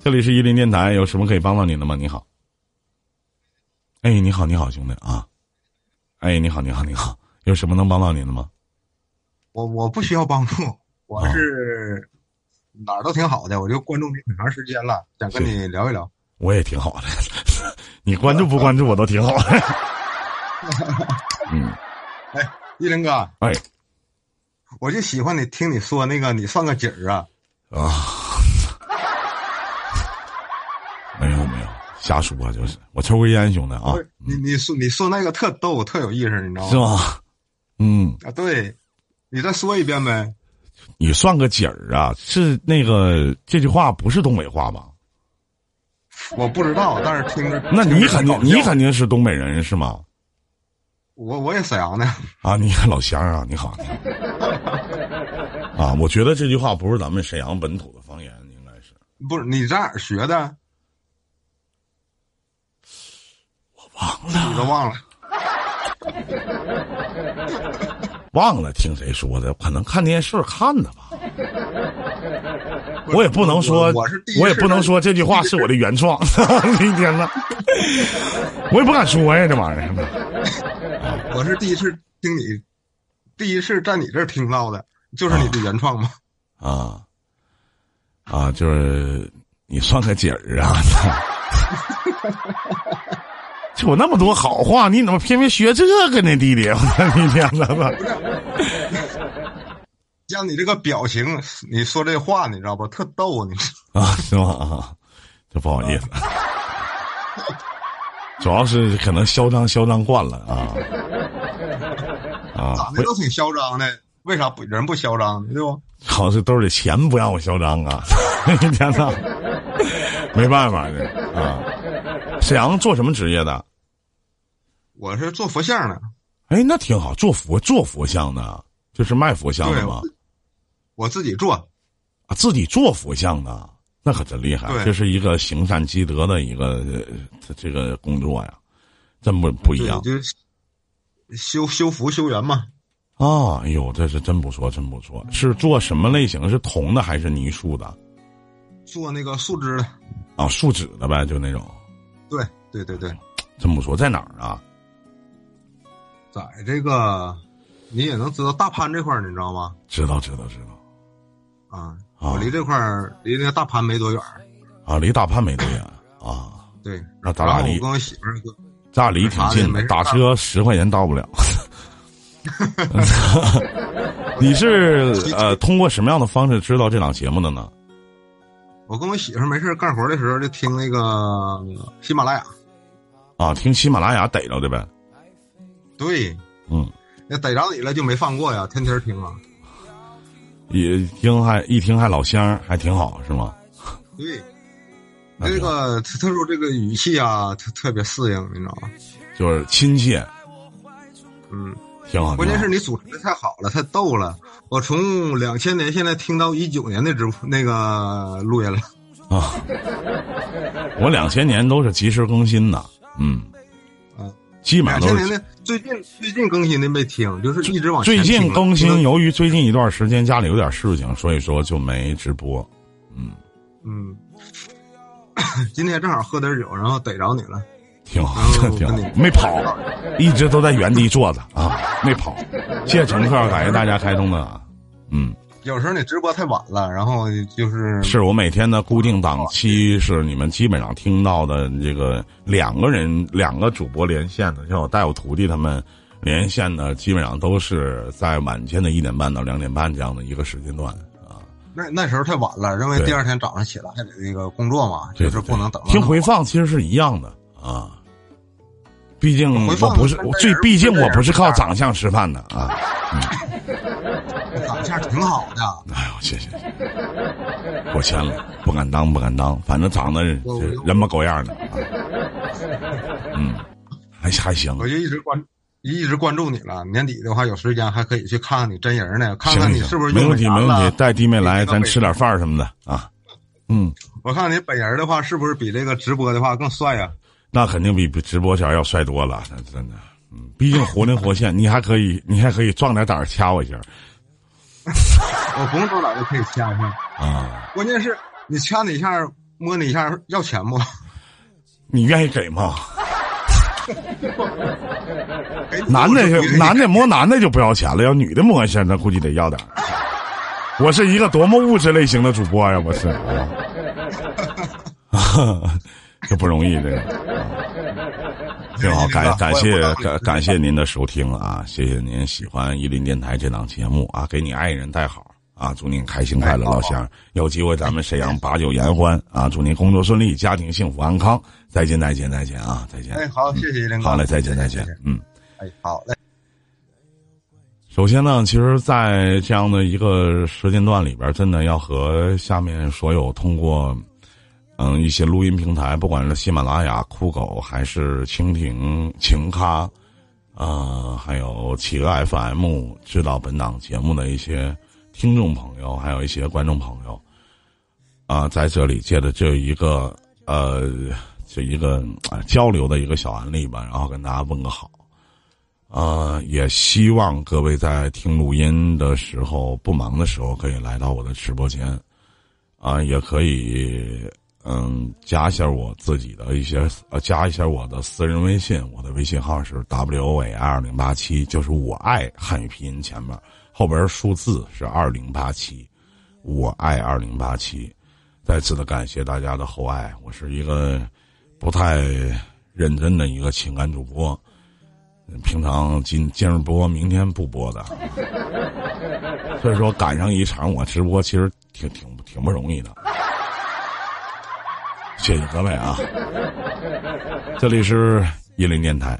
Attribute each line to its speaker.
Speaker 1: 这里是伊林电台，有什么可以帮到您的吗？你好。哎，你好，你好，兄弟啊！哎，你好，你好，你好，有什么能帮到您的吗？
Speaker 2: 我我不需要帮助，
Speaker 1: 啊
Speaker 2: 我是哪儿都挺好的，我就关注你很长时间了，想跟你聊一聊。
Speaker 1: 我也挺好的， 你关注不关注我都挺好的。 嗯，
Speaker 2: 哎，依林哥，
Speaker 1: 哎
Speaker 2: 我就喜欢你听你说那个你算个几儿啊？
Speaker 1: 啊，没有没有，瞎说啊就是我抽根烟，兄弟啊
Speaker 2: 不，是你你说你说那个特逗，特有意思，你知道
Speaker 1: 是
Speaker 2: 吗？
Speaker 1: 吗？嗯，
Speaker 2: 啊，对，你再说一遍呗。
Speaker 1: 你算个几儿啊？是那个这句话不是东北话吧？
Speaker 2: 我不知道，但是听着
Speaker 1: 那
Speaker 2: 听
Speaker 1: 你
Speaker 2: 着
Speaker 1: 肯
Speaker 2: 挺
Speaker 1: 定
Speaker 2: 搞
Speaker 1: 你
Speaker 2: 笑
Speaker 1: 肯定是东北人是吗？
Speaker 2: 我我也沈阳的，
Speaker 1: 啊，你看老乡啊，你好，你好。啊，我觉得这句话不是咱们沈阳本土的方言，应该是
Speaker 2: 不是你在哪儿学的？
Speaker 1: 忘
Speaker 2: 你
Speaker 1: 了
Speaker 2: 都忘了？
Speaker 1: 忘了听谁说的，可能看电视看的吧。我也不能说，
Speaker 2: 我我是第一
Speaker 1: 也不
Speaker 2: 次
Speaker 1: 能
Speaker 2: 让
Speaker 1: 说这句话是我的原创。 一天了， 我也不敢说呀，这玩意儿。
Speaker 2: 我是第一次听你，第一次在你这儿听到的，就是你的原创吗？
Speaker 1: 啊啊，就是你算个几儿啊？就我那么多好话，你怎么偏偏学这个呢，弟弟？我的一天了，
Speaker 2: 像你这个表情，你说这话，你知道吧？特逗，你知
Speaker 1: 啊，是吗？啊，这不好意思，主要是可能嚣张嚣张惯了啊啊
Speaker 2: 长，
Speaker 1: 不
Speaker 2: 得都挺嚣张的，为啥不人不嚣张呢？对不？
Speaker 1: 好是兜里钱不让我嚣张啊，一天呐，没办法的啊。沈阳做什么职业的？
Speaker 2: 我是做佛像的，
Speaker 1: 哎，那挺好，做佛做佛像的，就是卖佛像的吗？
Speaker 2: 我自己做。
Speaker 1: 啊，自己做佛像的，那可真厉害，
Speaker 2: 对
Speaker 1: 这是一个行善积德的一个呃这个工作呀，真不不一
Speaker 2: 对
Speaker 1: 样，。
Speaker 2: 就是修修福修缘嘛，
Speaker 1: 啊，哎呦，这是真不错，真不错。是做什么类型？是铜的还是泥塑的？
Speaker 2: 做那个树枝的。
Speaker 1: 啊，树脂的呗，就那种，
Speaker 2: 对对对对，
Speaker 1: 真不错。在哪儿啊？
Speaker 2: 在这个你也能知道大潘这块儿，你知道吗？
Speaker 1: 知道，知道，知道。
Speaker 2: 啊，
Speaker 1: 啊
Speaker 2: 我离这块儿离那个大潘没多远儿。
Speaker 1: 啊，离大潘没多远啊，
Speaker 2: 对，
Speaker 1: 那咱
Speaker 2: 然
Speaker 1: 俩
Speaker 2: 后
Speaker 1: 离
Speaker 2: 我跟我媳妇儿就
Speaker 1: 咱俩离挺近
Speaker 2: 没
Speaker 1: 的，
Speaker 2: 事
Speaker 1: 打车十块钱到不 了。你是呃通过什么样的方式知道这档节目的呢？
Speaker 2: 我跟我媳妇儿没事儿干活的时候就听那个喜马拉雅，
Speaker 1: 啊，听喜马拉雅逮着的呗。
Speaker 2: 对，
Speaker 1: 嗯，
Speaker 2: 那逮着你了就没放过呀，天天听啊。
Speaker 1: 也听还一听还老乡儿，还挺好是吗？
Speaker 2: 对，
Speaker 1: 那
Speaker 2: 这
Speaker 1: 挺好
Speaker 2: 个特特殊这个语气啊，特特别适应，你知道吗？
Speaker 1: 就是亲切，
Speaker 2: 嗯，
Speaker 1: 挺好。
Speaker 2: 关键
Speaker 1: 挺好
Speaker 2: 是你主持的太好了，太逗了。我从两千年现在听到一九年的直播那个录音了，
Speaker 1: 啊，我两千年都是及时更新的，嗯，
Speaker 2: 嗯
Speaker 1: 基本
Speaker 2: 两
Speaker 1: 上都
Speaker 2: 千年
Speaker 1: 是
Speaker 2: 的最近最近更新的没听，就是一直往前
Speaker 1: 最近
Speaker 2: 听
Speaker 1: 更新。
Speaker 2: 听到
Speaker 1: 由于最近一段时间家里有点事情，所以说就没直播。嗯，
Speaker 2: 嗯， 今天正好喝点酒，然后逮着你了。
Speaker 1: 挺好，
Speaker 2: 哦
Speaker 1: 挺好
Speaker 2: 那，你
Speaker 1: 没跑，一直都在原地坐着啊，没跑。谢谢乘客，感谢大家开通的啊。嗯，
Speaker 2: 有时候你直播太晚了，然后就是
Speaker 1: 是我每天的固定档期是你们基本上听到的这个两个人两个主播连线的，像我带我徒弟他们连线的，基本上都是在晚间的一点半到两点半这样的一个时间段啊。
Speaker 2: 那那时候太晚了，因为
Speaker 1: 对
Speaker 2: 第二天早上起来还得那个工作嘛，
Speaker 1: 对
Speaker 2: 就是不能等到
Speaker 1: 听
Speaker 2: 那么
Speaker 1: 回放其实是一样的啊，毕竟我
Speaker 2: 回放
Speaker 1: 不是
Speaker 2: 跟
Speaker 1: 我
Speaker 2: 真
Speaker 1: 最
Speaker 2: 人，
Speaker 1: 毕竟
Speaker 2: 真
Speaker 1: 我
Speaker 2: 人
Speaker 1: 不是
Speaker 2: 不一
Speaker 1: 靠
Speaker 2: 样
Speaker 1: 长相吃饭的啊。
Speaker 2: 长相挺好的。
Speaker 1: 哎呦，谢谢，过谦了，不敢当，不敢当，反正长得
Speaker 2: 我
Speaker 1: 是人模狗样的啊。嗯，还还行
Speaker 2: 我。就一直关一直关注你了。年底的话，有时间还可以去看看你真人呢，看
Speaker 1: 行
Speaker 2: 看你
Speaker 1: 行
Speaker 2: 是不是
Speaker 1: 没
Speaker 2: 用
Speaker 1: 问题，没问
Speaker 2: 了
Speaker 1: 题。。带弟妹来，
Speaker 2: 你这个
Speaker 1: 咱
Speaker 2: 美
Speaker 1: 吃点饭儿什么的啊。嗯，
Speaker 2: 我看你本人的话，是不是比这个直播的话更帅呀、
Speaker 1: 那肯定比比直播前要帅多了，那真的。嗯，毕竟活灵活现，你还可以，你还可以壮点胆儿掐我一下
Speaker 2: 我不用多脑就可以掐一下，
Speaker 1: 啊。
Speaker 2: 关键是你掐你一下，摸你一下要钱不？
Speaker 1: 你愿意给吗？
Speaker 2: 给你
Speaker 1: 男的
Speaker 2: 哎我就
Speaker 1: 男的摸男的就不要钱了，要女的摸一下，那估计得要点儿。我是一个多么物质类型的主播呀、我是，啊， 这不容易， 这个。挺好，感感谢感感谢您的收听啊，谢谢您喜欢伊林电台这档节目啊，给你爱人带好啊，祝您开心快乐，
Speaker 2: 哎好
Speaker 1: 老乡，有机会咱们沈阳把酒言欢啊，祝您工作顺利，家庭幸福安康，再见再见再见啊，再见，
Speaker 2: 哎，好，谢谢林哥。
Speaker 1: 好嘞，再见再见
Speaker 2: 谢谢，
Speaker 1: 嗯。
Speaker 2: 哎，好嘞，
Speaker 1: 首先呢，其实，在这样的一个时间段里边，真的要和下面所有通过嗯一些录音平台，不管是喜马拉雅、酷狗，还是蜻蜓、情咖，啊、还有企鹅 FM，知道本档节目的一些听众朋友，还有一些观众朋友，啊、在这里借着这一个呃这一个啊、交流的一个小案例吧，然后跟大家问个好。呃，也希望各位在听录音的时候，不忙的时候，可以来到我的直播间，啊、也可以嗯加一下我自己的一些呃加一下我的私人微信，我的微信号是 w o a 二零八七，就是我爱汉语拼音前面，后边数字是二零八七，我爱二零八七。再次的感谢大家的厚爱，我是一个不太认真的一个情感主播。平常今今儿播，明天不播的，所以说赶上一场我直播，其实挺挺挺不容易的。谢谢各位啊！这里是伊林电台，